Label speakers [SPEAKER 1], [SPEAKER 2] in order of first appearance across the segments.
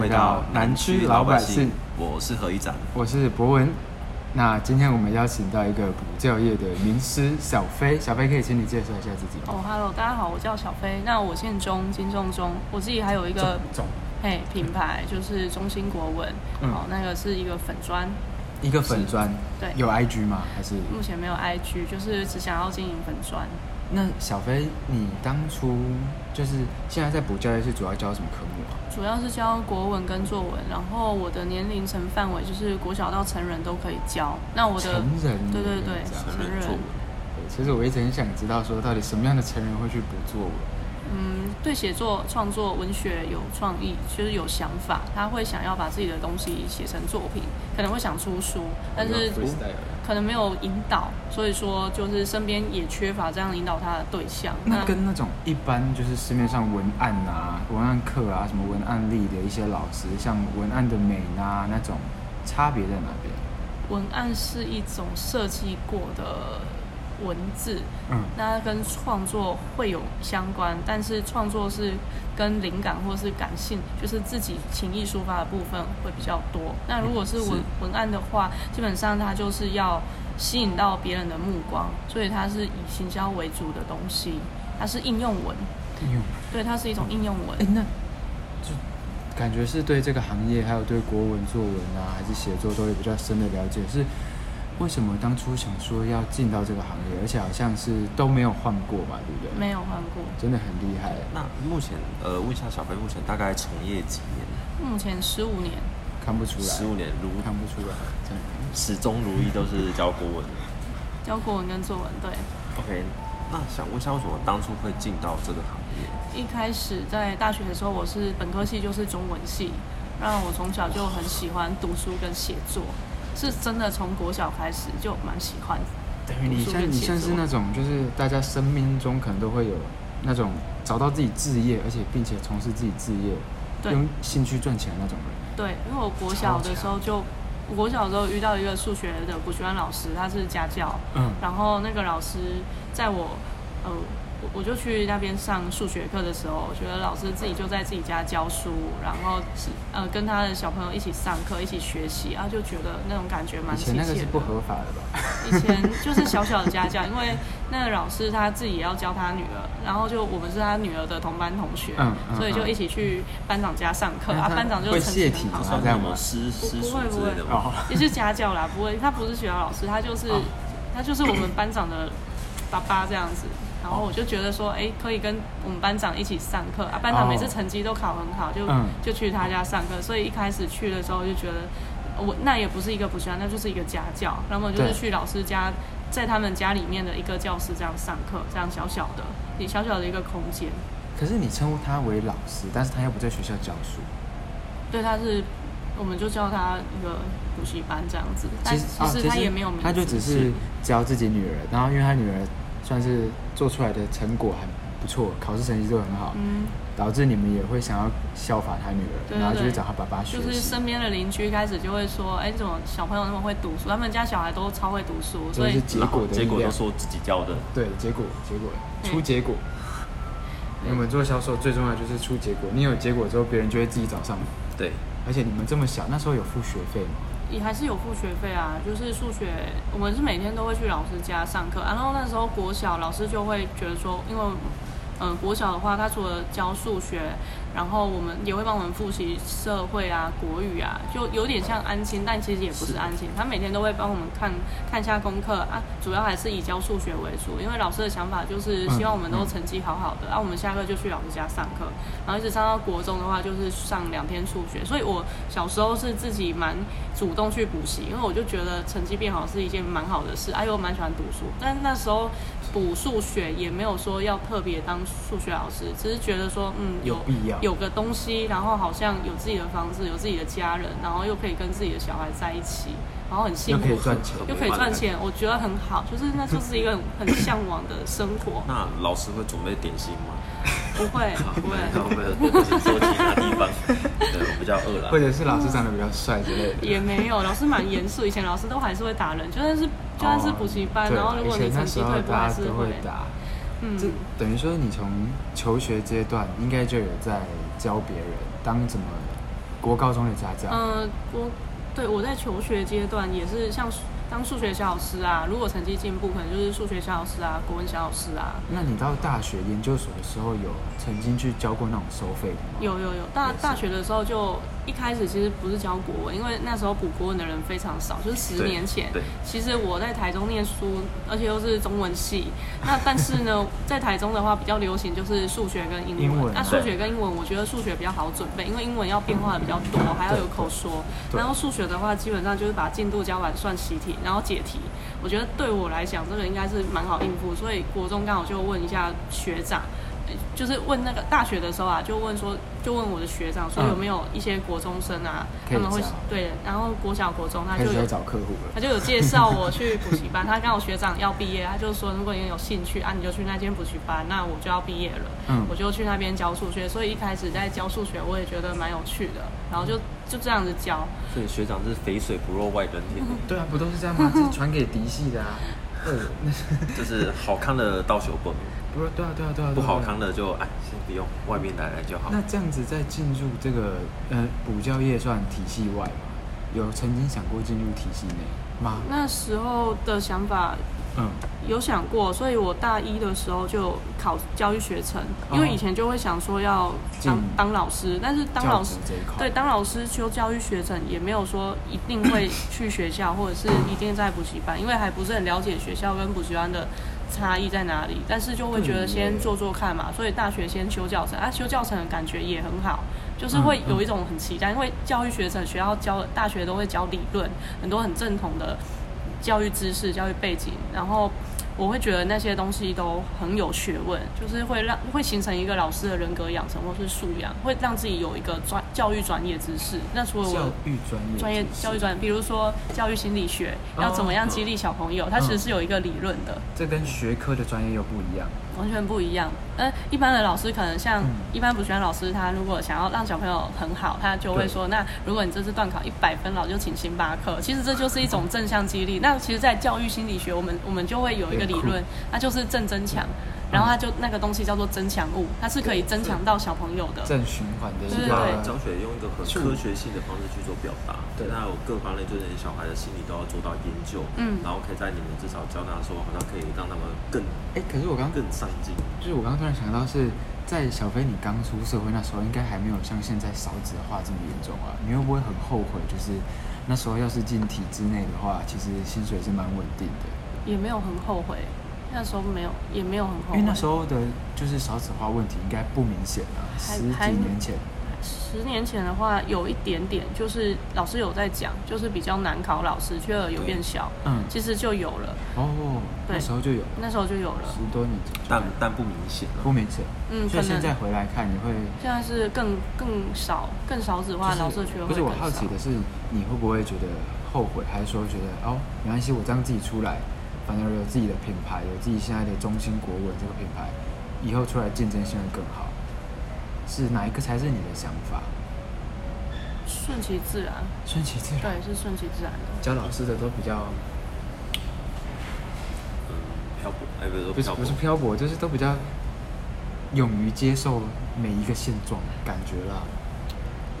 [SPEAKER 1] 回到南区老百姓，我是何一展，
[SPEAKER 2] 我是博文。那今天我们邀请到一个补教业的名师小飞，小飞可以请你介绍一下自己吗？
[SPEAKER 3] 哦、h e l l o 大家好，我叫小飞。那我姓钟，金钟钟。我自己还有一个
[SPEAKER 2] 总
[SPEAKER 3] 嘿品牌，就是中兴国文。
[SPEAKER 2] 嗯
[SPEAKER 3] 哦，那个是一个粉砖，
[SPEAKER 2] 一个粉砖，
[SPEAKER 3] 对嗯
[SPEAKER 2] 有 IG 吗？还是
[SPEAKER 3] 目前没有 IG，就是只想要经营粉砖。
[SPEAKER 2] 那小飞，你当初就是现在在补教业是主要教什么科目啊？
[SPEAKER 3] 主要是教国文跟作文，然后我的年龄层范围就是国小到成人都可以教。那我
[SPEAKER 2] 成
[SPEAKER 3] 的
[SPEAKER 2] 人
[SPEAKER 3] 对对对
[SPEAKER 2] 这样
[SPEAKER 3] 成人
[SPEAKER 1] 作文。
[SPEAKER 2] 对其实我一直很想知道，说到底什么样的成人会去补作文？
[SPEAKER 3] 嗯，对写作、创作、文学有创意，就是有想法，他会想要把自己的东西写成作品，可能会想出书，但是
[SPEAKER 2] 我要 freestyle
[SPEAKER 3] 可能没有引导，所以说就是身边也缺乏这样引导他的对象。
[SPEAKER 2] 那跟那种一般就是市面上文案啊、文案课啊、什么文案力的一些老师，像文案的美啊那种，差别在哪边？
[SPEAKER 3] 文案是一种设计过的文字，
[SPEAKER 2] 嗯，
[SPEAKER 3] 那跟创作会有相关，但是创作是跟灵感或是感性，就是自己情意抒发的部分会比较多。那如果是文文案的话，基本上它就是要吸引到别人的目光，所以它是以行销为主的东西，它是应用文，
[SPEAKER 2] 应用。
[SPEAKER 3] 对，它是一种应用文。
[SPEAKER 2] 哎，那就感觉是对这个行业，还有对国文作文啊，还是写作都有比较深的了解。是为什么当初想说要进到这个行业，而且好像是都没有换过嘛，对不对？
[SPEAKER 3] 没有换过，
[SPEAKER 2] 真的很厉害。
[SPEAKER 1] 那目前呃，问一下小飞，目前大概从业几年？
[SPEAKER 3] 目前十五年，
[SPEAKER 2] 看不出来，
[SPEAKER 1] 十五年如
[SPEAKER 2] 看不出来，真的。
[SPEAKER 1] 始终如一，都是教国文。
[SPEAKER 3] 教国文跟作文，对。
[SPEAKER 1] OK，那想问一下，为什么当初会进到这个行业？
[SPEAKER 3] 一开始在大学的时候，我是本科系就是中文系，让我从小就很喜欢读书跟写作，是真的从国小开始就蛮喜欢。
[SPEAKER 2] 等于你
[SPEAKER 3] 读书
[SPEAKER 2] 像
[SPEAKER 3] 跟
[SPEAKER 2] 你
[SPEAKER 3] 写
[SPEAKER 2] 像是
[SPEAKER 3] 作
[SPEAKER 2] 那种，就是大家生命中可能都会有那种找到自己置业，而且并且从事自己置业，
[SPEAKER 3] 对
[SPEAKER 2] 用兴趣赚钱的那种人。
[SPEAKER 3] 对，因为我国小的时候就，我国小的时候遇到一个数学的补习班老师，他是家教，
[SPEAKER 2] 嗯
[SPEAKER 3] 然后那个老师在我，呃，我我就去那边上数学课的时候，我觉得老师自己就在自己家教书，然后呃跟他的小朋友一起上课，一起学习，然后就觉得那种感觉蛮
[SPEAKER 2] 以前
[SPEAKER 3] 亲切
[SPEAKER 2] 那
[SPEAKER 3] 的。
[SPEAKER 2] 个是不合法的吧？
[SPEAKER 3] 以前就是小小的家教，因为那个老师他自己也要教他女儿，然后就我们是他女儿的同班同学，
[SPEAKER 2] 嗯嗯
[SPEAKER 3] 所以就一起去班长家上课、
[SPEAKER 2] 嗯那
[SPEAKER 3] 啊。
[SPEAKER 2] 他
[SPEAKER 3] 班长就
[SPEAKER 2] 会
[SPEAKER 3] 成
[SPEAKER 2] 泄题
[SPEAKER 3] 绩
[SPEAKER 2] 吗
[SPEAKER 3] 很好，
[SPEAKER 2] 啊这样吗
[SPEAKER 1] 私私
[SPEAKER 3] 不
[SPEAKER 1] 塾
[SPEAKER 3] 不会
[SPEAKER 1] 之类的
[SPEAKER 3] 不会
[SPEAKER 1] 吗？
[SPEAKER 2] 哦，
[SPEAKER 3] 也是家教啦，不会，他不是学校老师，他就是、
[SPEAKER 2] 哦
[SPEAKER 3] 他就是我们班长的爸爸这样子。然后我就觉得说，哎，可以跟我们班长一起上课啊。班
[SPEAKER 2] 哦
[SPEAKER 3] 长每次成绩都考很好，就、
[SPEAKER 2] 嗯
[SPEAKER 3] 就去他家上课。所以一开始去的时候就觉得，我那也不是一个补习班，那就是一个家教。然后我就是
[SPEAKER 2] 对
[SPEAKER 3] 去老师家，在他们家里面的一个教室这样上课，这样小小的，你小小的一个空间。
[SPEAKER 2] 可是你称呼他为老师，但是他又不在学校教书。
[SPEAKER 3] 对，他是，我们就叫他一个补习班这样子。但
[SPEAKER 2] 其实啊，
[SPEAKER 3] 其实他也没有名字，
[SPEAKER 2] 他就只是教自己女儿，然后因为他女儿算是做出来的成果很不错，考试成绩都很好，
[SPEAKER 3] 嗯。
[SPEAKER 2] 导致你们也会想要效法他女儿，
[SPEAKER 3] 对对
[SPEAKER 2] 然后就去
[SPEAKER 3] 对
[SPEAKER 2] 找他爸爸学
[SPEAKER 3] 就是
[SPEAKER 2] 习。
[SPEAKER 3] 身边的邻居开始就会说，哎，怎么小朋友那么会读书？他们家小孩都超会读书，所
[SPEAKER 2] 就
[SPEAKER 3] 以
[SPEAKER 2] 是结果的力
[SPEAKER 1] 哦结
[SPEAKER 2] 量
[SPEAKER 1] 果都说自己教的，
[SPEAKER 2] 对，结果结果
[SPEAKER 3] 嗯
[SPEAKER 2] 出结果。
[SPEAKER 3] 对
[SPEAKER 2] 你们做销售最重要的就是出结果，你有结果之后，别人就会自己找上门。
[SPEAKER 1] 对，
[SPEAKER 2] 而且你们这么小，那时候有付学费吗？
[SPEAKER 3] 也还是有付学费啊。就是数学，我们是每天都会去老师家上课，然后那时候国小老师就会觉得说，因为。嗯，国小的话，他除了教数学，然后我们也会帮我们复习社会啊、国语啊，就有点像安亲，但其实也不是安亲。他每天都会帮我们看看一下功课啊，主要还是以教数学为主，因为老师的想法就是希望我们都
[SPEAKER 2] 嗯嗯
[SPEAKER 3] 成绩好好的，啊，我们下课就去老师家上课，然后一直上到国中的话，就是上两天数学。所以我小时候是自己蛮主动去补习，因为我就觉得成绩变好是一件蛮好的事，哎、啊，因为我蛮喜欢读书。但那时候补数学也没有说要特别当数学老师，只是觉得说，嗯，有
[SPEAKER 2] 有必要
[SPEAKER 3] 有个东西，然后好像有自己的房子，有自己的家人，然后又可以跟自己的小孩在一起，然后很幸
[SPEAKER 2] 又
[SPEAKER 3] 福，
[SPEAKER 2] 可以赚钱。
[SPEAKER 3] 又可以赚。钱，我觉得很好，就是那就是一个很很向往的生活。
[SPEAKER 1] 那老师会准备点心吗？啊
[SPEAKER 3] 不会，不会。
[SPEAKER 1] 那我们我们说其他 地方，对，我比较饿
[SPEAKER 2] 或
[SPEAKER 1] 啦。
[SPEAKER 2] 者是老师长得比较帅之类的。
[SPEAKER 3] 也没有，老师蛮严肃，以前老师都还是会打人，就算是就算是补习班，
[SPEAKER 2] 哦对啊
[SPEAKER 3] 然后如果
[SPEAKER 2] 以
[SPEAKER 3] 你
[SPEAKER 2] 前那
[SPEAKER 3] 成绩
[SPEAKER 2] 时候
[SPEAKER 3] 退步，
[SPEAKER 2] 大
[SPEAKER 3] 还
[SPEAKER 2] 家
[SPEAKER 3] 是
[SPEAKER 2] 都
[SPEAKER 3] 会
[SPEAKER 2] 会，打。
[SPEAKER 3] 嗯，
[SPEAKER 2] 这等于说你从求学阶段应该就有在教别人当怎么国高中也加这样。
[SPEAKER 3] 嗯，我对我在求学阶段也是像当数学小老师啊，如果成绩进步，可能就是数学小老师啊，国文小老师啊，
[SPEAKER 2] 那你到大学研究所的时候，有曾经去交过那种收费的吗？
[SPEAKER 3] 有有有，大大学的时候就一开始其实不是教国文，因为那时候补国文的人非常少，就是十
[SPEAKER 1] 对
[SPEAKER 3] 年前。
[SPEAKER 1] 对，
[SPEAKER 3] 其实我在台中念书，而且又是中文系。那但是呢，在台中的话比较流行就是数学跟英文。
[SPEAKER 2] 英文
[SPEAKER 3] 那数
[SPEAKER 1] 对
[SPEAKER 3] 学跟英文，我觉得数学比较好准备，因为英文要变化的比较多，还要有口说。
[SPEAKER 2] 对
[SPEAKER 3] 然后数学的话，基本上就是把进度加完算习题，然后解题。我觉得对我来讲，这个应该是蛮好应付。所以国中刚好就问一下学长，呃就是问那个大学的时候啊，就问说，就问我的学长说
[SPEAKER 2] 嗯
[SPEAKER 3] 有没有一些国中生啊，
[SPEAKER 2] 可以
[SPEAKER 3] 他们会
[SPEAKER 2] 找
[SPEAKER 3] 对，然后国小国中他
[SPEAKER 2] 开
[SPEAKER 3] 啊就
[SPEAKER 2] 始
[SPEAKER 3] 有
[SPEAKER 2] 在找客户了。
[SPEAKER 3] 他就有介绍我去补习班，他刚好学长要毕业，他就说如果你有兴趣啊，你就去那间补习班，那我就要毕业了，
[SPEAKER 2] 嗯
[SPEAKER 3] 我就去那边教数学，所以一开始在教数学，我也觉得蛮有趣的，然后就就这样子教，
[SPEAKER 1] 所以学长是肥水不落外人田，
[SPEAKER 2] 对啊，不都是这样吗？ 只传给嫡系的啊。对，那
[SPEAKER 1] 就是好看的到手棍，
[SPEAKER 2] 不是对啊对啊对啊，
[SPEAKER 1] 不好
[SPEAKER 2] 看。
[SPEAKER 1] 看的就哎先不用，外面来来就好。
[SPEAKER 2] 那这样子在进入这个呃补教业算体系外吗？有曾经想过进入体系内吗？
[SPEAKER 3] 那时候的想法
[SPEAKER 2] 嗯，
[SPEAKER 3] 有想过，所以我大一的时候就考教育学程，
[SPEAKER 2] 哦
[SPEAKER 3] 因为以前就会想说要当
[SPEAKER 2] 进
[SPEAKER 3] 当老师，但是当
[SPEAKER 2] 嗯教
[SPEAKER 3] 老
[SPEAKER 2] 职
[SPEAKER 3] 师
[SPEAKER 2] 这一块，
[SPEAKER 3] 对，当老师修教育学程也没有说一定会去学校，或者是一定在补习班，因为还不是很了解学校跟补习班的差异在哪里。但是就会觉
[SPEAKER 2] 对耶
[SPEAKER 3] 得先做做看嘛，所以大学先修教程啊，修教程的感觉也很好，就是会
[SPEAKER 2] 嗯嗯
[SPEAKER 3] 有一种很期待，因为教育学程学校教的，大学都会教理论，很多很正统的教育知识、教育背景，然后。我会觉得那些东西都很有学问，就是会让会形成一个老师的人格养成或是素养，会让自己有一个专教育专业知识。那除了
[SPEAKER 2] 教
[SPEAKER 3] 我
[SPEAKER 2] 育专业
[SPEAKER 3] 专业
[SPEAKER 2] 知识
[SPEAKER 3] 教育专，比如说教育心理学，
[SPEAKER 2] 哦
[SPEAKER 3] 要怎么样激励小朋友，它其实是有一个理论的，
[SPEAKER 2] 这跟学科的专业又不一样。
[SPEAKER 3] 完全不一样。呃，一般的老师可能像
[SPEAKER 2] 嗯
[SPEAKER 3] 一般补习班老师，他如果想要让小朋友很好，他就会
[SPEAKER 2] 对
[SPEAKER 3] 说，那如果你这次段考一百分了，就请星巴克。其实这就是一种正向激励。那其实，在教育心理学，我们我们就会有一个理
[SPEAKER 2] 很
[SPEAKER 3] 论，那就是正增强，
[SPEAKER 2] 嗯
[SPEAKER 3] 然后它就那个东西叫做增强物，它是可以增强到小朋友的。
[SPEAKER 2] 正循环的
[SPEAKER 3] 对
[SPEAKER 2] 一
[SPEAKER 1] 把
[SPEAKER 3] 对
[SPEAKER 2] 个，
[SPEAKER 1] 教学用一个很科学性的方式去做表达，
[SPEAKER 2] 对
[SPEAKER 1] 那我各方面就是你小孩的心理都要做到研究，
[SPEAKER 3] 嗯
[SPEAKER 1] 然后可以在你们至少教他说，好像可以让他们更
[SPEAKER 2] 哎，可是我刚
[SPEAKER 1] 更上进。
[SPEAKER 2] 就是我刚刚突然想到是，在小飞你刚出社会那时候，应该还没有像现在少子化这么严重啊。你会不会很后悔？就是那时候要是进体制内的话，其实薪水是蛮稳定的，
[SPEAKER 3] 也没有很后悔，那时候没有，也没有很后
[SPEAKER 2] 因为
[SPEAKER 3] 悔。
[SPEAKER 2] 那时候的就是少子化问题应该不明显啊，
[SPEAKER 3] 还
[SPEAKER 2] 十几年前。
[SPEAKER 3] 十年前的话，有一点点，就是老师有在讲，就是比较难考，老师缺额有变小，
[SPEAKER 2] 嗯，
[SPEAKER 3] 其实就有了，
[SPEAKER 2] 哦，
[SPEAKER 3] 对
[SPEAKER 2] 那时候就有
[SPEAKER 3] 那时候就有了
[SPEAKER 2] 十。多年前就有，
[SPEAKER 1] 但但不明显
[SPEAKER 2] 不
[SPEAKER 1] 了。
[SPEAKER 2] 明显。啊
[SPEAKER 3] 嗯，
[SPEAKER 2] 所
[SPEAKER 3] 可
[SPEAKER 2] 以现
[SPEAKER 3] 能
[SPEAKER 2] 在回来看，你会
[SPEAKER 3] 现在是更更少、更少子化，老师缺额
[SPEAKER 2] 不
[SPEAKER 3] 会
[SPEAKER 2] 是我
[SPEAKER 3] 更
[SPEAKER 2] 好奇
[SPEAKER 3] 少
[SPEAKER 2] 的是，你会不会觉得后悔，还是说觉得哦，没关系，我这样自己出来，反正有自己的品牌，有自己现在的中心国文这个品牌，以后出来竞争性会更好？是哪一个才是你的想法？
[SPEAKER 3] 顺其自然，
[SPEAKER 2] 顺其自然。
[SPEAKER 3] 对，是顺其自然的。
[SPEAKER 2] 教老师的都比较
[SPEAKER 1] 嗯，漂泊，哎，不是说
[SPEAKER 2] 不是不
[SPEAKER 1] 漂泊
[SPEAKER 2] 是，漂泊，就是都比较勇于接受每一个现状，感觉啦。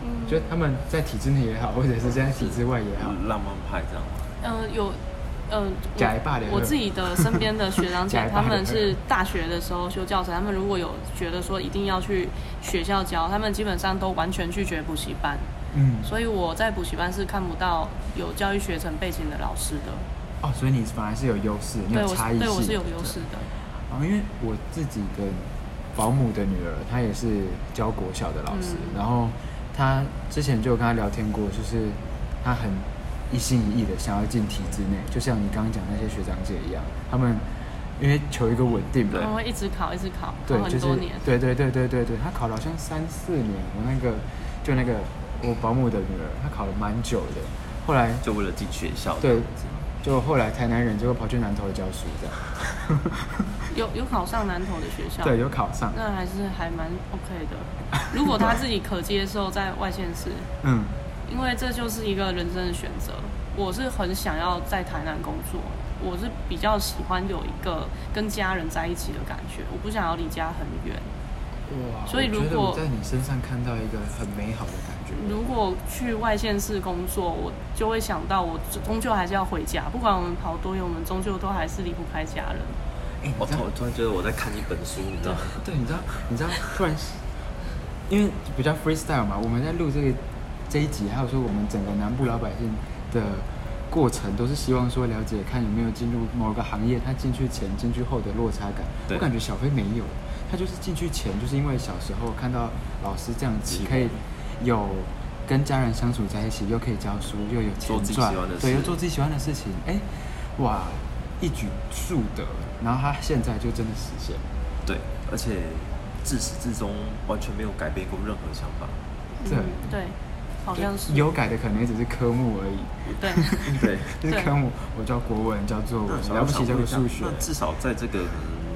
[SPEAKER 3] 嗯，
[SPEAKER 2] 觉得他们在体制内也好，或者是在体制外也好，
[SPEAKER 1] 浪漫派这样吗？
[SPEAKER 3] 呃，有，呃，
[SPEAKER 2] 假的吧
[SPEAKER 3] 我我自己的身边的学长 姐
[SPEAKER 2] 假的，吧
[SPEAKER 3] 他们是大学的时候修教程，他们如果有觉得说一定要去学校教，他们基本上都完全拒绝补习班，
[SPEAKER 2] 嗯，
[SPEAKER 3] 所以我在补习班是看不到有教育学程背景的老师的。
[SPEAKER 2] 哦，所以你反而是有优势，你
[SPEAKER 3] 对，
[SPEAKER 2] 有
[SPEAKER 3] 我
[SPEAKER 2] 差
[SPEAKER 3] 是
[SPEAKER 2] 异性。
[SPEAKER 3] 对我是有优势的。
[SPEAKER 2] 啊，因为我自己的保姆的女儿，她也是教国小的老师，
[SPEAKER 3] 嗯
[SPEAKER 2] 然后她之前就有跟她聊天过，就是她很一心一意的想要进体制内，就像你刚刚讲那些学长姐一样，他们因为求一个稳定
[SPEAKER 1] 对
[SPEAKER 3] 他们
[SPEAKER 2] 嘛，
[SPEAKER 3] 会一直考，一直考，
[SPEAKER 2] 对
[SPEAKER 3] 考，
[SPEAKER 2] 就
[SPEAKER 3] 很
[SPEAKER 2] 是
[SPEAKER 3] 多年。
[SPEAKER 2] 对对对对对对，她考了好像三四年，我那个就那个我保姆的女儿，她考了蛮久的，后来
[SPEAKER 1] 就为了进学校这
[SPEAKER 2] 对
[SPEAKER 1] 样子。，
[SPEAKER 2] 就后来台南人结果跑去南投教书 这样，
[SPEAKER 3] 有有考上南投的学校，
[SPEAKER 2] 对，有考上，
[SPEAKER 3] 那还是还蛮 OK 的。如果他自己可接受在外县市，
[SPEAKER 2] 嗯。
[SPEAKER 3] 因为这就是一个人生的选择。我是很想要在台南工作，我是比较喜欢有一个跟家人在一起的感觉，我不想要离家很远。
[SPEAKER 2] 哇！
[SPEAKER 3] 所以
[SPEAKER 2] 我
[SPEAKER 3] 如
[SPEAKER 2] 觉得
[SPEAKER 3] 果
[SPEAKER 2] 我在你身上看到一个很美好的感觉，
[SPEAKER 3] 如果去外县市工作，我就会想到我终究还是要回家，不管我们跑多远，我们终究都还是离不开家人。
[SPEAKER 1] 我突突然觉得我在看一本书，你知道吗？
[SPEAKER 2] 对，你知道，你知道，突然，因为比较 freestyle 嘛，我们在录这个这一集，还有说我们整个南部老百姓的过程，都是希望说了解看有没有进入某个行业，他进去前、进去后的落差感。
[SPEAKER 1] 对
[SPEAKER 2] 我感觉小飞没有，他就是进去前，就是因为小时候看到老师这样子
[SPEAKER 1] 喜，欢
[SPEAKER 2] 可以有跟家人相处在一起，又可以教书，又有钱
[SPEAKER 1] 做自己
[SPEAKER 2] 赚
[SPEAKER 1] 喜欢的，
[SPEAKER 2] 对，
[SPEAKER 1] 事
[SPEAKER 2] 又做自己喜欢的事情，哎，哇，一举数得。然后他现在就真的实现了。
[SPEAKER 1] 对，而且自始至终完全没有改变过任何想法。
[SPEAKER 2] 对
[SPEAKER 3] 嗯、对，好像是
[SPEAKER 2] 有改的可能也只是科目而已，
[SPEAKER 3] 对，
[SPEAKER 1] 对，
[SPEAKER 2] 就是
[SPEAKER 3] 对
[SPEAKER 2] 科目，我教国文，教作文，
[SPEAKER 1] 那
[SPEAKER 2] 了不起教个数学
[SPEAKER 1] 那，至少在这个嗯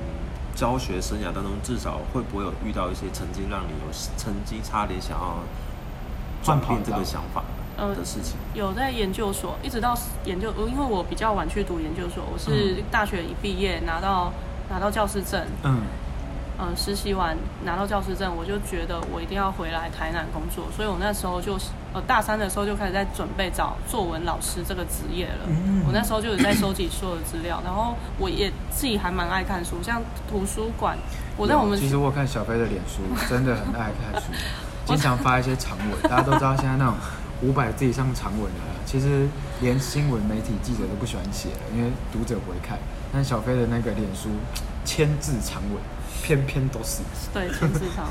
[SPEAKER 1] 教学生涯当中，至少会不会有遇到一些曾经让你有曾经差点想要转变这个想法
[SPEAKER 3] 呃
[SPEAKER 1] 的事情？
[SPEAKER 3] 有在研究所，一直到研究，因为我比较晚去读研究所，我是嗯大学一毕业拿到拿到教师证，
[SPEAKER 2] 嗯，
[SPEAKER 3] 嗯，实习完拿到教师证，我就觉得我一定要回来台南工作，所以我那时候就呃大三的时候就开始在准备找作文老师这个职业了。
[SPEAKER 2] 嗯
[SPEAKER 3] 我那时候就有在收集所有的资料，然后我也自己还蛮爱看书，像图书馆，我在我们
[SPEAKER 2] 其实我看小飞的脸书，真的很爱看 书，经常发一些长文，大家都知道现在那种五百字以上长文的，其实连新闻媒体记者都不喜欢写了，因为读者不会看，但小飞的那个脸书千字长文，偏偏都是，
[SPEAKER 3] 对签字场。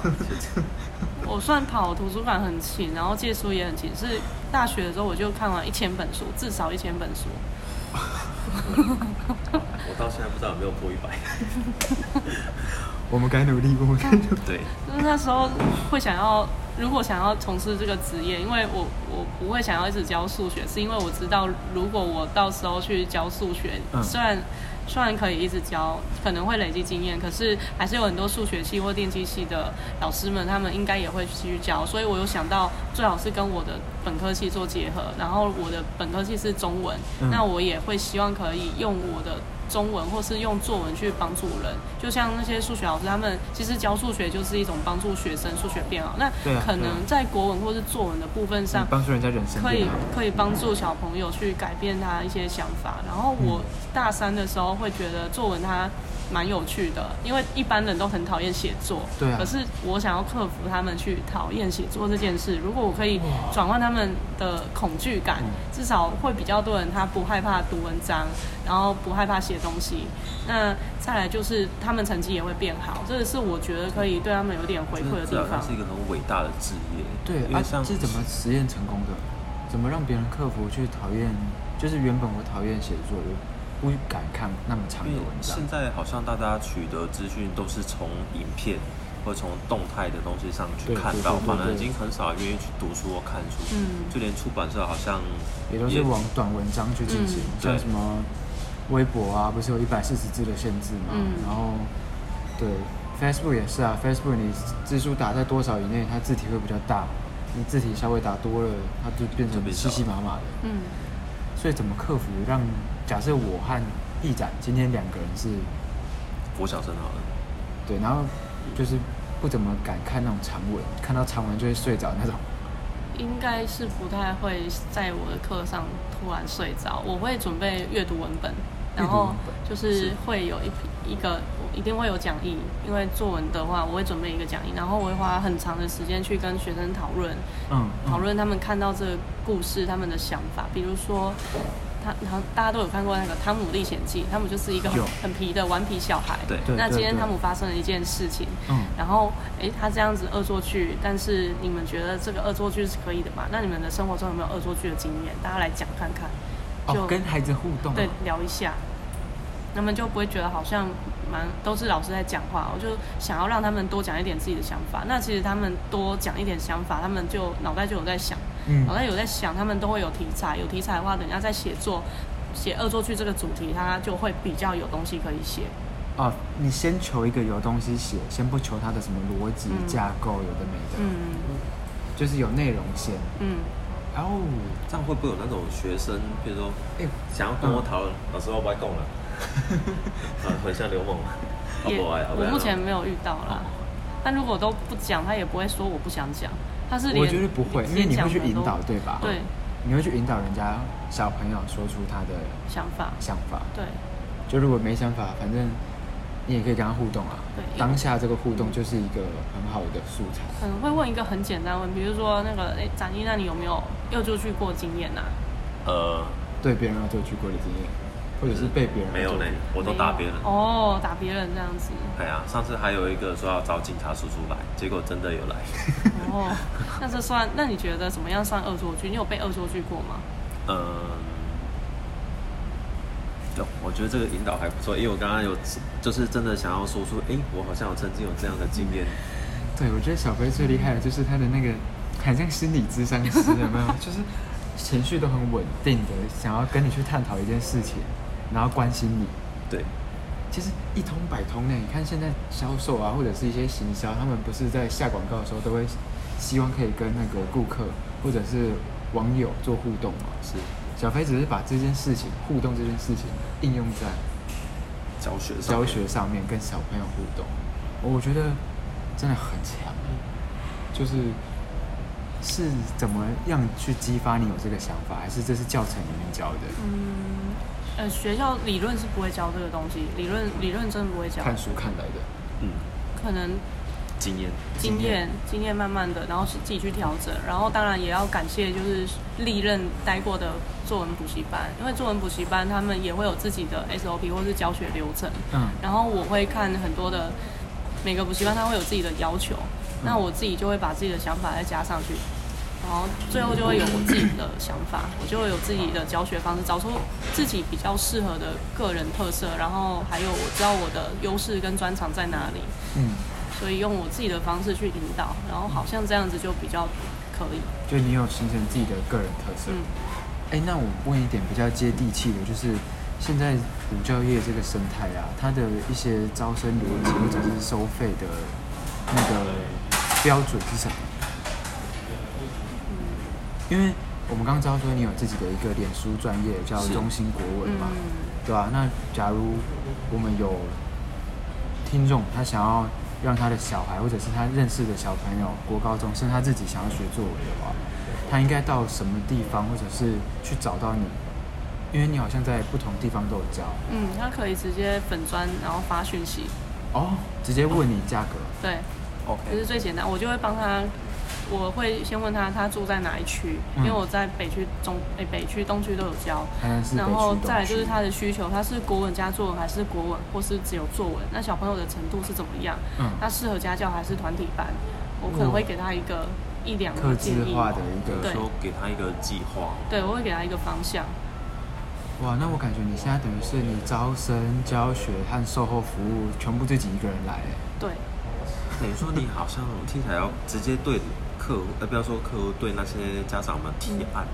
[SPEAKER 3] 我算跑图书馆很勤，然后借书也很勤，是大学的时候我就看完一千本书，至少一千本书。
[SPEAKER 1] 我到现在不知道有没有破一百。
[SPEAKER 2] 我们该努力，我们该努力，
[SPEAKER 1] 对，
[SPEAKER 3] 就是那时候会想要，如果想要从事这个职业，因为我我不会想要一直教数学，是因为我知道如果我到时候去教数学，
[SPEAKER 2] 嗯
[SPEAKER 3] 虽然虽然可以一直教，可能会累积经验，可是还是有很多数学系或电机系的老师们，他们应该也会继续教，所以我有想到最好是跟我的本科系做结合，然后我的本科系是中文，
[SPEAKER 2] 嗯
[SPEAKER 3] 那我也会希望可以用我的中文或是用作文去帮助人，就像那些数学老师，他们其实教数学就是一种帮助学生数学变好。那
[SPEAKER 2] 对啊
[SPEAKER 3] 可
[SPEAKER 2] 对啊
[SPEAKER 3] 能在国文或是作文的部分上，
[SPEAKER 2] 帮助人家人生
[SPEAKER 3] 啊可
[SPEAKER 2] 变
[SPEAKER 3] 以
[SPEAKER 2] 好。
[SPEAKER 3] 可以帮助小朋友去改变他一些想法。然后我大三的时候会觉得作文它蛮有趣的，因为一般人都很讨厌写作，
[SPEAKER 2] 对啊
[SPEAKER 3] 可是我想要克服他们去讨厌写作这件事。如果我可以转换他们的恐惧感
[SPEAKER 2] 嗯，
[SPEAKER 3] 至少会比较多人他不害怕读文章，然后不害怕写东西。那再来就是他们成绩也会变好，这个是我觉得可以对他们有点 回馈的
[SPEAKER 1] 至
[SPEAKER 3] 地
[SPEAKER 1] 少啊它
[SPEAKER 3] 方。
[SPEAKER 1] 是一个很伟大的职业。
[SPEAKER 2] 对，
[SPEAKER 1] 因
[SPEAKER 2] 啊
[SPEAKER 1] 为，像
[SPEAKER 2] 是怎么实验成功的？怎么让别人克服去讨厌？就是原本我讨厌写作，我不敢看那么长的
[SPEAKER 1] 因为
[SPEAKER 2] 文章
[SPEAKER 1] 现。在好像大家取得资讯都是从影片或从动态的东西上
[SPEAKER 2] 对
[SPEAKER 1] 去看
[SPEAKER 2] 对
[SPEAKER 1] 到，
[SPEAKER 2] 对对
[SPEAKER 1] 反而
[SPEAKER 2] 对
[SPEAKER 1] 已经很少愿意去读书或看书。
[SPEAKER 3] 嗯
[SPEAKER 1] 就连出版社好像
[SPEAKER 2] 也都是往短文章去进行，
[SPEAKER 1] 嗯
[SPEAKER 2] 像
[SPEAKER 1] 对
[SPEAKER 2] 什么微博啊，不是有一百四十字的限制嘛？
[SPEAKER 3] 嗯
[SPEAKER 2] 然后对 Facebook 也是啊，Facebook 你字数打在多少以内，它字体会比较大，你字体稍微打多了，它就变成
[SPEAKER 1] 就变小
[SPEAKER 2] 稀
[SPEAKER 1] 了
[SPEAKER 2] 稀麻麻的。
[SPEAKER 3] 嗯
[SPEAKER 2] 所以怎么克服让？假设我和易展今天两个人是
[SPEAKER 1] 国小生好了，
[SPEAKER 2] 对，然后就是不怎么敢看那种长文，看到长文就会睡着那种。
[SPEAKER 3] 应该是不太会在我的课上突然睡着，我会准备阅读文本，
[SPEAKER 2] 阅读文本
[SPEAKER 3] 然后就是
[SPEAKER 1] 是
[SPEAKER 3] 会有一批一个一定会有讲义，因为作文的话我会准备一个讲义，然后我会花很长的时间去跟学生讨论，
[SPEAKER 2] 嗯，嗯
[SPEAKER 3] 讨论他们看到这个故事他们的想法，比如说。他，然后大家都有看过那个《汤姆历险记》，汤姆就是一个很
[SPEAKER 2] 有
[SPEAKER 3] 很皮的顽皮小孩。
[SPEAKER 1] 对
[SPEAKER 2] 对
[SPEAKER 3] 那
[SPEAKER 2] 对
[SPEAKER 3] 今天
[SPEAKER 2] 对
[SPEAKER 3] 汤姆发生了一件事情，
[SPEAKER 2] 嗯，
[SPEAKER 3] 然后，诶，他这样子恶作剧，但是你们觉得这个恶作剧是可以的吗？那你们的生活中有没有恶作剧的经验？大家来讲看看，就、
[SPEAKER 2] 哦，跟孩子互动、啊，
[SPEAKER 3] 对聊一下，他们就不会觉得好像蛮都是老师在讲话。我就想要让他们多讲一点自己的想法。那其实他们多讲一点想法，他们就脑袋就有在想，
[SPEAKER 2] 嗯
[SPEAKER 3] 脑袋有在想，他们都会有题材。有题材的话，等一下在写作写恶作剧这个主题，他就会比较有东西可以写。
[SPEAKER 2] 哦，你先求一个有东西写，先不求它的什么逻辑
[SPEAKER 3] 嗯
[SPEAKER 2] 架构，有的没的，
[SPEAKER 3] 嗯
[SPEAKER 2] 就是有内容先。
[SPEAKER 3] 嗯，
[SPEAKER 2] 哦，
[SPEAKER 1] 这样会不会有那种学生，比如说
[SPEAKER 2] 哎、
[SPEAKER 1] 想要跟我讨论，老师我不爱讲了， 啊，很像流氓，我
[SPEAKER 3] 也
[SPEAKER 1] 不爱，啊
[SPEAKER 3] 我目前没有遇到啦
[SPEAKER 1] 哦。
[SPEAKER 3] 但如果都不讲，他也不会说我不想讲。他是连
[SPEAKER 2] 我觉得不会，因为你会去引导，对吧？啊哦
[SPEAKER 3] 对，
[SPEAKER 2] 你会去引导人家小朋友说出他的
[SPEAKER 3] 想法，
[SPEAKER 2] 想法。
[SPEAKER 3] 对
[SPEAKER 2] 就如果没想法，反正你也可以跟他互动啊。
[SPEAKER 3] 对
[SPEAKER 2] 当下这个互动就是一个很好的素材。
[SPEAKER 3] 可能会问一个很简单的问题，比如说那个，哎，展毅，那你有没有又就去过经验呐、啊
[SPEAKER 1] 呃，
[SPEAKER 2] 对别人要做去过的经验，或者是被别人
[SPEAKER 1] 没有
[SPEAKER 2] 做
[SPEAKER 1] 呢，我都
[SPEAKER 3] 没
[SPEAKER 1] 打
[SPEAKER 3] 有
[SPEAKER 1] 别人。
[SPEAKER 3] 哦，打别人这样子，
[SPEAKER 1] 哎呀，上次还有一个说要找警察叔叔来，结果真的有来。
[SPEAKER 3] 哦，那这算？那你觉得怎么样算恶作剧？你有被恶作剧过吗？
[SPEAKER 1] 嗯，有，我觉得这个引导还不错，因为我刚刚有就是真的想要说出，哎、我好像有曾经有这样的经验。
[SPEAKER 2] 对，我觉得小飞最厉害的就是他的那个，很像心理智商师，有 没有？就是情绪都很稳定的，想要跟你去探讨一件事情，然后关心你。
[SPEAKER 3] 嗯
[SPEAKER 1] 对，
[SPEAKER 2] 其实一通百通呢，你看现在销售啊，或者是一些行销，他们不是在下广告的时候都会希望可以跟那个顾客或者是网友做互动嘛。
[SPEAKER 1] 是
[SPEAKER 2] 小飞只是把这件事情互动这件事情应用在
[SPEAKER 1] 教学上
[SPEAKER 2] 教
[SPEAKER 1] 面
[SPEAKER 2] 学上面跟小朋友互动，我觉得真的很强，欸就是是怎么样去激发你有这个想法，还是这是教程里面教的？
[SPEAKER 3] 嗯，呃，学校理论是不会教这个东西，理论理论真的不会教，
[SPEAKER 2] 看书看来的，
[SPEAKER 1] 嗯，
[SPEAKER 3] 可能
[SPEAKER 1] 经验
[SPEAKER 3] 经验经验慢慢的，然后是自己去调整，然后当然也要感谢就是历任待过的作文补习班，因为作文补习班他们也会有自己的 SOP 或是教学流程，
[SPEAKER 2] 嗯，
[SPEAKER 3] 然后我会看很多的每个补习班，它会有自己的要求，那我自己就会把自己的想法再加上去，然后最后就会有我自己的想法，我就会有自己的教学方式，找出自己比较适合的个人特色，然后还有我知道我的优势跟专长在哪里，
[SPEAKER 2] 嗯，
[SPEAKER 3] 所以用我自己的方式去引导，然后好像这样子就比较可以，
[SPEAKER 2] 就你有形成自己的个人特色。
[SPEAKER 3] 嗯。
[SPEAKER 2] 哎、那我问一点比较接地气的，就是现在补教业这个生态啊，它的一些招生逻辑或者是收费的那个标准是什么？
[SPEAKER 3] 嗯
[SPEAKER 2] 因为我们刚刚知道说你有自己的一个脸书专业叫
[SPEAKER 1] 是
[SPEAKER 2] 中心国文嘛，
[SPEAKER 3] 嗯
[SPEAKER 2] 对吧、那假如我们有听众他想要让他的小孩或者是他认识的小朋友，国高中甚至他自己想要学作文的话，他应该到什么地方，或者是去找到你？因为你好像在不同地方都有教
[SPEAKER 3] 嗯，他可以直接粉砖，然后发讯息，
[SPEAKER 2] 哦，直接问你价格，
[SPEAKER 3] 对，这是
[SPEAKER 1] OK，
[SPEAKER 3] 最简单，我就会帮他，我会先问他他住在哪一区，
[SPEAKER 2] 嗯
[SPEAKER 3] 因为我在北区、中诶、北区、东区都有教。
[SPEAKER 2] 当然是北
[SPEAKER 3] 然
[SPEAKER 2] 区
[SPEAKER 3] 后
[SPEAKER 2] 东
[SPEAKER 3] 再来就是
[SPEAKER 2] 区
[SPEAKER 3] 他的需求，他是国文加作文还是国文，或是只有作文？那小朋友的程度是怎么样？
[SPEAKER 2] 嗯
[SPEAKER 3] 他适合家教还是团体班？我可能会给他一个一两
[SPEAKER 2] 客
[SPEAKER 3] 个建
[SPEAKER 2] 哦制
[SPEAKER 3] 议。
[SPEAKER 2] 化的一个
[SPEAKER 3] 对
[SPEAKER 1] 说给他一个计划，
[SPEAKER 3] 对，我会给他一个方向。
[SPEAKER 2] 哇，那我感觉你现在等于是你招生、教学和售后服务全部自己一个人来欸，
[SPEAKER 3] 对，
[SPEAKER 1] 等于说你好像听起来要直接对客户，呃，不要说客户，对那些家长们提案，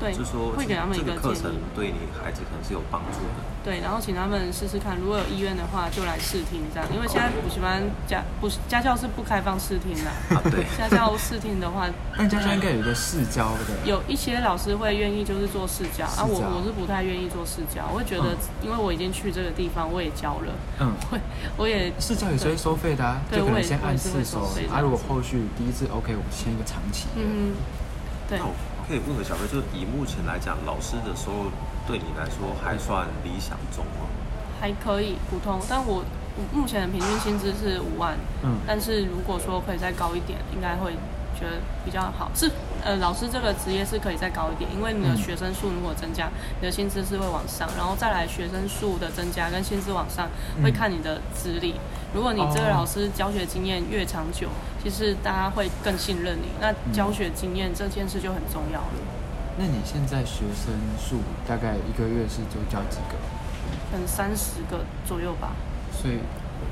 [SPEAKER 3] 对，
[SPEAKER 1] 就说
[SPEAKER 3] 会给他们一
[SPEAKER 1] 这
[SPEAKER 3] 个
[SPEAKER 1] 个课
[SPEAKER 3] 建
[SPEAKER 1] 程
[SPEAKER 3] 议。
[SPEAKER 1] 对你孩子可能是有帮助的。
[SPEAKER 3] 对，然后请他们试试看，如果有意愿的话就来试听这样，因为现在补习班家补习家教是不开放试听的。
[SPEAKER 1] 啊，对，
[SPEAKER 3] 家教试听的话，
[SPEAKER 2] 那你家乡应该有一个试教的，
[SPEAKER 3] 有一些老师会愿意就是做试教
[SPEAKER 2] 试
[SPEAKER 3] 啊，我
[SPEAKER 2] 教
[SPEAKER 3] 我是不太愿意做试教，我会觉得
[SPEAKER 2] 嗯
[SPEAKER 3] 因为我已经去这个地方，我也教了，
[SPEAKER 2] 嗯，
[SPEAKER 3] 我也
[SPEAKER 2] 试教也是会收费的啊，
[SPEAKER 3] 对
[SPEAKER 2] 就可
[SPEAKER 3] 我
[SPEAKER 2] 能
[SPEAKER 3] 也
[SPEAKER 2] 先
[SPEAKER 3] 我也
[SPEAKER 2] 按
[SPEAKER 3] 是
[SPEAKER 2] 次
[SPEAKER 3] 会收
[SPEAKER 2] 收
[SPEAKER 3] 费，这
[SPEAKER 2] 啊，
[SPEAKER 3] 样
[SPEAKER 2] 如果
[SPEAKER 3] 子
[SPEAKER 2] 后续第一次 OK，我们签一个长期的，
[SPEAKER 3] 嗯，对
[SPEAKER 1] 那，我可以问个小飞，就是以目前来讲，老师的收入对你来说还算理想中吗？
[SPEAKER 3] 还可以普通，但我我目前的平均薪资是五万，
[SPEAKER 2] 嗯
[SPEAKER 3] 但是如果说可以再高一点，应该会觉得比较好。是呃，老师这个职业是可以再高一点，因为你的
[SPEAKER 2] 嗯
[SPEAKER 3] 学生数如果增加，你的薪资是会往上，然后再来学生数的增加跟薪资往上，会
[SPEAKER 2] 嗯
[SPEAKER 3] 看你的资历。如果你这个
[SPEAKER 2] 哦
[SPEAKER 3] 老师教学经验越长久，其实大家会更信任你。那教学经验这件事就很重要了，
[SPEAKER 2] 那你现在学生数大概一个月是就教几个？
[SPEAKER 3] 可能三十个左右吧，
[SPEAKER 2] 所以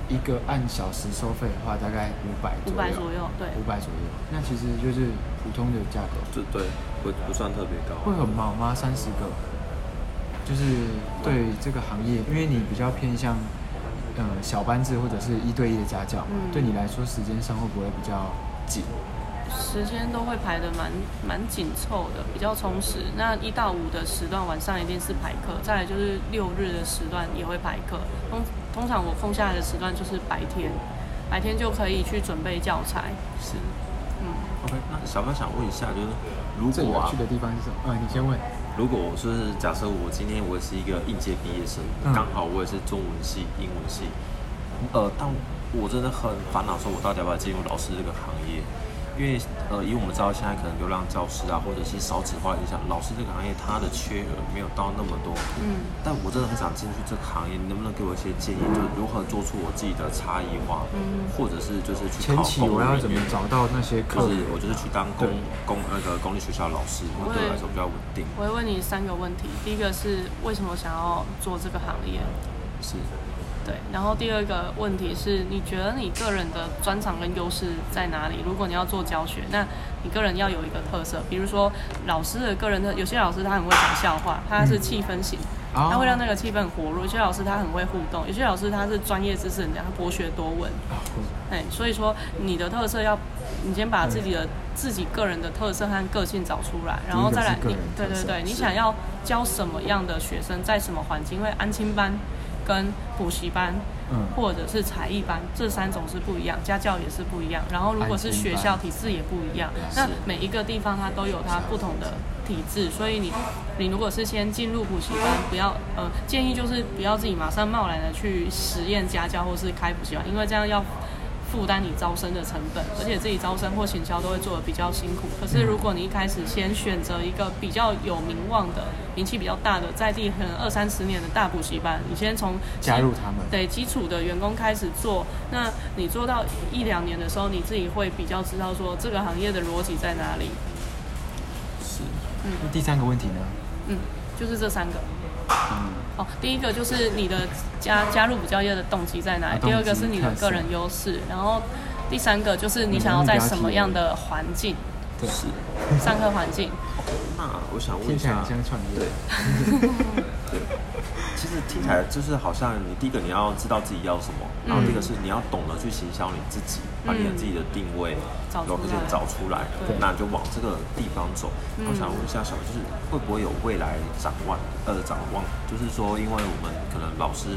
[SPEAKER 2] 一个按小时收费的话，大概五百
[SPEAKER 3] 五
[SPEAKER 2] 左
[SPEAKER 3] 百
[SPEAKER 2] 右，
[SPEAKER 3] 左右，对。
[SPEAKER 2] 五百左右。那其实就是普通的价格，
[SPEAKER 1] 就对，不不算特别高啊
[SPEAKER 2] 会。很忙吗？三十个，就是对这个行业，因为你比较偏向呃小班制或者是一对一的家教，
[SPEAKER 3] 嗯
[SPEAKER 2] 对你来说时间上会不会比较紧？
[SPEAKER 3] 时间都会排得蛮蛮紧凑的，比较充实。那一到五的时段晚上一定是排课，再来就是六日的时段也会排课。通通常我空下来的时段就是白天，白天就可以去准备教材。
[SPEAKER 1] 是，
[SPEAKER 3] 嗯，
[SPEAKER 2] OK，
[SPEAKER 1] 那小曼想问一下，就是如
[SPEAKER 2] 最
[SPEAKER 1] 果
[SPEAKER 2] 有
[SPEAKER 1] 啊
[SPEAKER 2] 趣，的地方是什么？呃，你先问。
[SPEAKER 1] 如果我是假设我今天我是一个应届毕业生
[SPEAKER 2] 嗯，
[SPEAKER 1] 刚、好我也是中文系、英文系，呃，但我真的很烦恼，说我到底要不要进入老师这个行业？因为呃，以我们知道现在可能流浪教师啊，或者是少子化影响，老师这个行业它的缺额没有到那么多。
[SPEAKER 3] 嗯
[SPEAKER 1] 但我真的很想进去这个行业，你能不能给我一些建议，就是如何做出我自己的差异化，
[SPEAKER 3] 嗯
[SPEAKER 1] 或者是就是去
[SPEAKER 2] 前
[SPEAKER 1] 考
[SPEAKER 2] 期
[SPEAKER 1] 公
[SPEAKER 2] 我
[SPEAKER 1] 务
[SPEAKER 2] 要
[SPEAKER 1] 人
[SPEAKER 2] 怎么
[SPEAKER 1] 员
[SPEAKER 2] 找嗯到那些
[SPEAKER 1] 就
[SPEAKER 2] 客
[SPEAKER 1] 是
[SPEAKER 2] 人？
[SPEAKER 1] 我就是去当公公那个公立学校老师，会对我来说比较稳定。
[SPEAKER 3] 我会问你三个问题，第一个是为什么想要做这个行业，
[SPEAKER 1] 是，
[SPEAKER 3] 对，然后第二个问题是你觉得你个人的专长跟优势在哪里？如果你要做教学，那你个人要有一个特色，比如说老师的个人的，有些老师他很会讲笑话，他是气氛型，
[SPEAKER 2] 啊
[SPEAKER 3] 他会让那个气氛很活络；有些老师他很会互动，有些老师他是专业知识很强，他博学多闻。哎，所以说你的特色要，你先把自己的、自己个人的特色和个性找出来，
[SPEAKER 2] 嗯
[SPEAKER 3] 然后再来
[SPEAKER 2] 第一
[SPEAKER 3] 你
[SPEAKER 2] 个是个
[SPEAKER 3] 对
[SPEAKER 2] 人特色
[SPEAKER 3] 对对，你
[SPEAKER 2] 是
[SPEAKER 3] 想要教什么样的学生，在什么环境？因为安亲班跟补习班
[SPEAKER 2] 嗯，
[SPEAKER 3] 或者是才艺班，这三种是不一样，家教也是不一样，然后如果是学校体制也不一样，那每一个地方它都有它不同的体制，所以你你如果是先进入补习班，不要呃建议就是不要自己马上贸然的去实验家教或是开补习班，因为这样要。负担你招生的成本，而且自己招生或行销都会做的比较辛苦。可是如果你一开始先选择一个比较有名望的、名气比较大的，在地可能二三十年的大补习班，你先从
[SPEAKER 2] 加入他们
[SPEAKER 3] 对基础的员工开始做，那你做到一两年的时候，你自己会比较知道说这个行业的逻辑在哪里。
[SPEAKER 1] 是，
[SPEAKER 2] 那第三个问题呢？
[SPEAKER 3] 嗯，就是这三个。
[SPEAKER 2] 嗯，
[SPEAKER 3] 哦，第一个就是你的加加入补教业的动机在哪里
[SPEAKER 2] 啊，
[SPEAKER 3] 第二
[SPEAKER 2] 动
[SPEAKER 3] 个
[SPEAKER 2] 机
[SPEAKER 3] 是你的个人优势，然后第三个就是你想要在什么样的环境，
[SPEAKER 2] 对，
[SPEAKER 1] 是。
[SPEAKER 2] 嗯
[SPEAKER 3] 上课环境。
[SPEAKER 1] 那我想问
[SPEAKER 2] 听
[SPEAKER 1] 一
[SPEAKER 2] 起来
[SPEAKER 1] 下
[SPEAKER 2] 很，像创业。
[SPEAKER 1] 对其实听起来就是好像你第一个你要知道自己要什么，
[SPEAKER 3] 嗯
[SPEAKER 1] 然后第一个是你要懂得去行销你自己，把你的自己的定位，
[SPEAKER 3] 找出
[SPEAKER 1] 然后
[SPEAKER 3] 来
[SPEAKER 1] 找出来
[SPEAKER 3] 对，嗯
[SPEAKER 1] 那你就往这个地方走。我想问一下小，就是会不会有未来展望？呃，展望就是说，因为我们可能老师。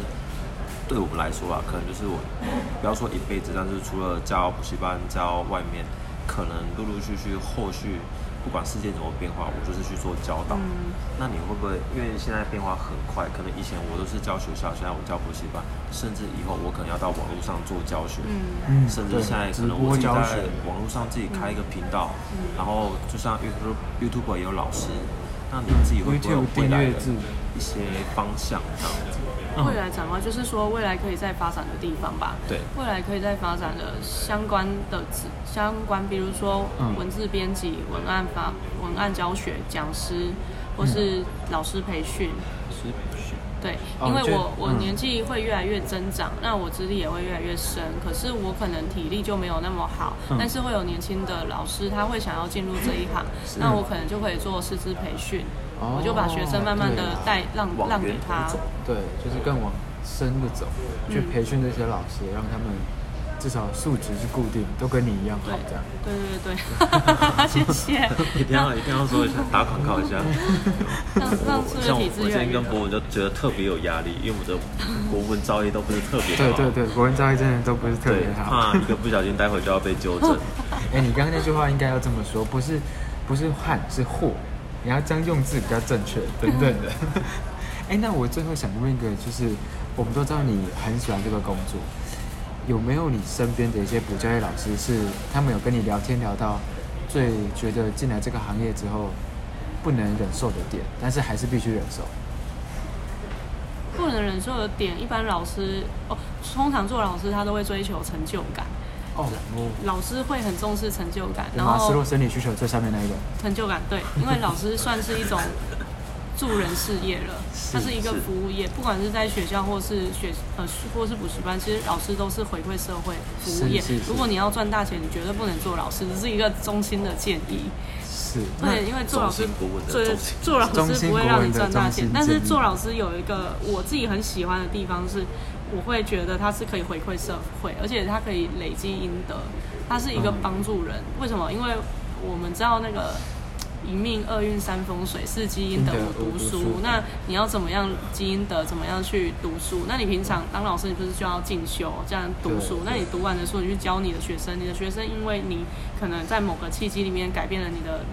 [SPEAKER 1] 对我们来说啊，可能就是我，不要说一辈子，但是除了教补习班、教外面，可能陆陆续续后续，不管世界怎么变化，我就是去做教导。那你会不会因为现在变化很快，可能以前我都是教学校，现在我教补习班，甚至以后我可能要到网络上做教学，
[SPEAKER 3] 嗯
[SPEAKER 2] 嗯，
[SPEAKER 1] 甚至
[SPEAKER 2] 对
[SPEAKER 1] 现在可
[SPEAKER 2] 直
[SPEAKER 1] 能
[SPEAKER 2] 播
[SPEAKER 1] 我自
[SPEAKER 2] 教
[SPEAKER 1] 己在
[SPEAKER 2] 学，
[SPEAKER 1] 网络上自己开一个频道，然后就像 YouTube YouTube 也有老师，那你自己会不会有
[SPEAKER 2] YouTube
[SPEAKER 1] 未
[SPEAKER 2] 订
[SPEAKER 1] 来
[SPEAKER 2] 阅
[SPEAKER 1] 的
[SPEAKER 2] 制，
[SPEAKER 1] 一些方向这样子？
[SPEAKER 2] 嗯
[SPEAKER 3] 未来展望就是说未来可以再发展的地方吧。
[SPEAKER 1] 对，
[SPEAKER 3] 未来可以再发展的相关的职相关，比如说
[SPEAKER 2] 嗯
[SPEAKER 3] 文字编辑、文案法、文案教学、讲师，或是老师培训。
[SPEAKER 1] 是是
[SPEAKER 3] 对，
[SPEAKER 2] 哦
[SPEAKER 3] 因为
[SPEAKER 2] 就
[SPEAKER 3] 我我
[SPEAKER 2] 嗯
[SPEAKER 3] 年纪会越来越增长，那我资历也会越来越深，可是我可能体力就没有那么好，
[SPEAKER 2] 嗯
[SPEAKER 3] 但是会有年轻的老师他会想要进入这一行，那我可能就可以做师资培训，
[SPEAKER 2] 哦
[SPEAKER 3] 我就把学生慢慢的
[SPEAKER 2] 对啊
[SPEAKER 3] 带让
[SPEAKER 1] 往
[SPEAKER 3] 让
[SPEAKER 1] 源
[SPEAKER 3] 给
[SPEAKER 1] 头
[SPEAKER 3] 他
[SPEAKER 1] 走，
[SPEAKER 2] 对，就是更往深的走，去
[SPEAKER 3] 嗯
[SPEAKER 2] 培训这些老师，让他们至少素质是固定，都跟你一样
[SPEAKER 3] 对
[SPEAKER 2] 好这样。
[SPEAKER 3] 对对对 对，谢谢，
[SPEAKER 1] 一定要一定要说一下，打广告一下。
[SPEAKER 3] 让让自媒
[SPEAKER 1] 像我
[SPEAKER 3] 体
[SPEAKER 1] 我
[SPEAKER 3] 资
[SPEAKER 1] 之前
[SPEAKER 3] 源
[SPEAKER 1] 跟博文就觉得特别有压力，因为我的国文造诣都不是特别
[SPEAKER 2] 对
[SPEAKER 1] 好，
[SPEAKER 2] 对对，国文造诣真的都不是特
[SPEAKER 1] 对
[SPEAKER 2] 别，好。
[SPEAKER 1] 怕一个不小心待会就要被纠正。
[SPEAKER 2] 哎，你刚刚那句话应该要这么说，不是不是汉是祸，你要这样用字比较正确，等等的。 哎，那我最后想问一个，就是我们都知道你很喜欢这个工作，有没有你身边的一些补教业老师是他们有跟你聊天聊到最觉得进来这个行业之后不能忍受的点，但是还是必须忍受？
[SPEAKER 3] 不能忍受的点，一般老师哦，通常做老师他都会追求成就感，
[SPEAKER 2] 哦，
[SPEAKER 3] 老师会很重视成就感，
[SPEAKER 2] 对
[SPEAKER 3] 然
[SPEAKER 2] 马
[SPEAKER 3] 后
[SPEAKER 2] 斯洛生理需求最上面那一个，
[SPEAKER 3] 成就感，对， 因为老师算是一种助人事业了，它是一个服务业，不管是在学校或是学呃或是补习班，其实老师都是回馈社会服务业
[SPEAKER 2] 是是是。
[SPEAKER 3] 如果你要赚大钱，你绝对不能做老师，这是一个衷心的建议。
[SPEAKER 2] 是那
[SPEAKER 3] 对，因为做老
[SPEAKER 1] 中
[SPEAKER 3] 师
[SPEAKER 1] 心国文的
[SPEAKER 3] 对
[SPEAKER 1] 中心
[SPEAKER 3] 做老师不会让你赚大
[SPEAKER 2] 中心国文的中
[SPEAKER 3] 钱，
[SPEAKER 2] 心
[SPEAKER 3] 但是
[SPEAKER 2] 建议
[SPEAKER 3] 做老师有一个我自己很喜欢的地方是，我会觉得他是可以回馈社会，而且他可以累积阴德，他是一个
[SPEAKER 2] 嗯
[SPEAKER 3] 帮助人。为什么？因为我们知道那个一命二运三风水是基因的
[SPEAKER 2] 真的
[SPEAKER 3] 我读
[SPEAKER 2] 我读
[SPEAKER 3] 书
[SPEAKER 2] 书，
[SPEAKER 3] 那你要怎么样基因的怎么样去读书？那你平常当老师你不是就要进修这样读书？
[SPEAKER 2] 对
[SPEAKER 3] 那你读完的书你去教你的学生，你的学生因为你可能在某个契机里面改变了你的。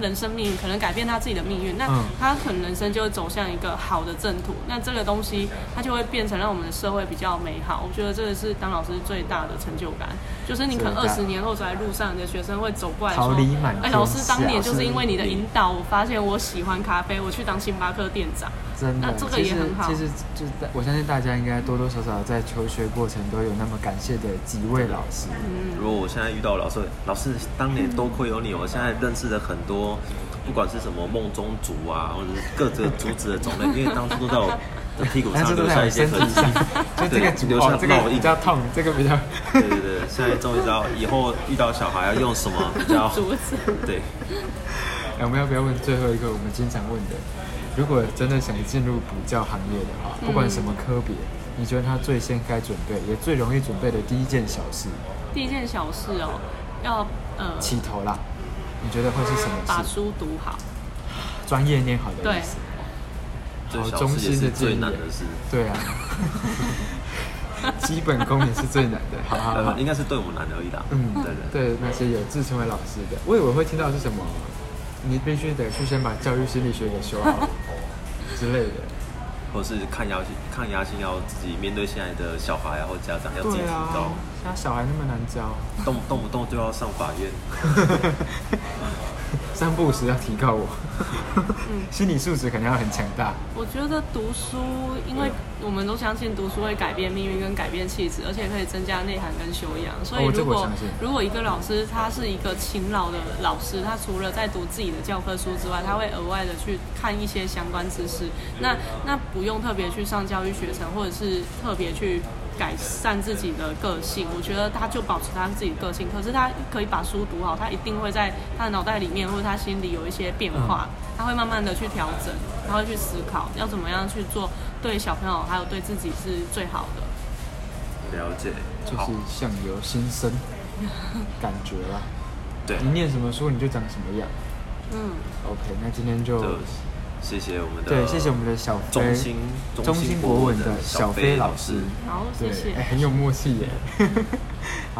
[SPEAKER 3] 人生命运可能改变他自己的命运，那
[SPEAKER 2] 嗯
[SPEAKER 3] 他可能人生就会走向一个好的正途。那这个东西，它就会变成让我们的社会比较美好。我觉得这个是当老师最大的成就感，就是你可能
[SPEAKER 2] 最
[SPEAKER 3] 二
[SPEAKER 2] 大
[SPEAKER 3] 十年后走在路上，你的学生会走过来
[SPEAKER 2] 桃
[SPEAKER 3] 说
[SPEAKER 2] 李满：“
[SPEAKER 3] 哎，
[SPEAKER 2] 天
[SPEAKER 3] 老师当年
[SPEAKER 2] 下
[SPEAKER 3] 就是因为你的
[SPEAKER 1] 是
[SPEAKER 3] 引导，我发现我喜欢咖啡，我去当星巴克店长。
[SPEAKER 2] 真的
[SPEAKER 3] 那，啊这个
[SPEAKER 2] 其
[SPEAKER 3] 也
[SPEAKER 2] 实
[SPEAKER 3] 很好
[SPEAKER 2] 其实就是大我相信大家应该多多少少在求学过程都有那么感谢的几位老师，
[SPEAKER 1] 如果我现在遇到老师，老师当年多亏有你，我现在认识了很多，不管是什么梦中竹啊，或者是各个竹子的种类，因为当初都在我的屁股
[SPEAKER 2] 但
[SPEAKER 1] 上
[SPEAKER 2] 是
[SPEAKER 1] 留
[SPEAKER 2] 都
[SPEAKER 1] 下
[SPEAKER 2] 在
[SPEAKER 1] 一
[SPEAKER 2] 我
[SPEAKER 1] 些
[SPEAKER 2] 身体
[SPEAKER 1] 痕迹
[SPEAKER 2] 上。，就这个
[SPEAKER 1] 对
[SPEAKER 2] 主
[SPEAKER 1] 留下
[SPEAKER 2] 哦，这个
[SPEAKER 1] 烙印
[SPEAKER 2] 比较痛，这个比较
[SPEAKER 1] 对对对，现在终于知道以后遇到小孩要用什么比较
[SPEAKER 3] 竹子，
[SPEAKER 1] 对，
[SPEAKER 2] 哎我们要不要问最后一个我们经常问的？如果真的想进入补教行业的话，不
[SPEAKER 3] 嗯
[SPEAKER 2] 管什么科别，你觉得他最先该准备，也最容易准备的第一件小事，
[SPEAKER 3] 第一件小事哦，要呃
[SPEAKER 2] 起头啦，你觉得会是什
[SPEAKER 3] 把
[SPEAKER 2] 么事？
[SPEAKER 3] 书读好。
[SPEAKER 2] 专业念好的
[SPEAKER 3] 对
[SPEAKER 2] 意思。
[SPEAKER 1] 最
[SPEAKER 2] 好
[SPEAKER 1] 小
[SPEAKER 2] 中
[SPEAKER 1] 事也
[SPEAKER 2] 心
[SPEAKER 1] 是
[SPEAKER 2] 的
[SPEAKER 1] 最
[SPEAKER 2] 建议
[SPEAKER 1] 难的事。
[SPEAKER 2] 对啊， 基本功也是最难的。好好
[SPEAKER 1] 呃
[SPEAKER 2] 好，，
[SPEAKER 1] 应该是对我们难而已啦。
[SPEAKER 2] 嗯
[SPEAKER 1] 对对，对，
[SPEAKER 2] 对那些有志成为老师的，我以为会听到是什么，你必须得去先把教育心理学给修好之类的。
[SPEAKER 1] 或是抗压性，抗压性要自己面对现在的小孩啊或家长要自己
[SPEAKER 2] 对
[SPEAKER 1] 知
[SPEAKER 2] 啊
[SPEAKER 1] 道，，
[SPEAKER 2] 现在小孩那么难教，
[SPEAKER 1] 动动不动就要上法院。
[SPEAKER 2] 三不五时要提高我， 心理素质肯定要很强大。
[SPEAKER 3] 我觉得读书，因为
[SPEAKER 2] 啊
[SPEAKER 3] 我们都相信读书会改变命运跟改变气质，而且可以增加内涵跟修养。所以
[SPEAKER 2] 哦这
[SPEAKER 3] 如
[SPEAKER 2] 个我
[SPEAKER 3] 果、
[SPEAKER 2] 相信
[SPEAKER 3] 如果一个老师他是一个勤劳的老师，他除了在读自己的教科书之外，他会额外的去看一些相关知识。那那不用特别去上教育学程，或者是特别去。改善自己的个性，我觉得他就保持他自己的个性，可是他可以把书读好，他一定会在他的脑袋里面或者他心里有一些变化。他会慢慢的去调整，他会去思考要怎么样去做，对小朋友还有对自己是最好的。
[SPEAKER 1] 了解，
[SPEAKER 2] 就是
[SPEAKER 1] 好，
[SPEAKER 2] 相由心生，感觉啦。
[SPEAKER 1] 对
[SPEAKER 2] 你，念什么书你就长什么样。
[SPEAKER 3] 嗯，
[SPEAKER 2] OK，那今天就
[SPEAKER 1] 就谢谢我们的，
[SPEAKER 2] 对，谢谢我们的小飞
[SPEAKER 1] 中心
[SPEAKER 2] 中
[SPEAKER 1] 心
[SPEAKER 2] 心
[SPEAKER 1] 国
[SPEAKER 2] 国
[SPEAKER 1] 文
[SPEAKER 2] 文
[SPEAKER 1] 的
[SPEAKER 2] 的
[SPEAKER 1] 小
[SPEAKER 2] 小
[SPEAKER 1] 飞
[SPEAKER 2] 飞
[SPEAKER 1] 老
[SPEAKER 2] 老
[SPEAKER 1] 师
[SPEAKER 2] 师。
[SPEAKER 3] 好，
[SPEAKER 2] 对哎
[SPEAKER 3] 谢谢，
[SPEAKER 2] 哎很有默契耶。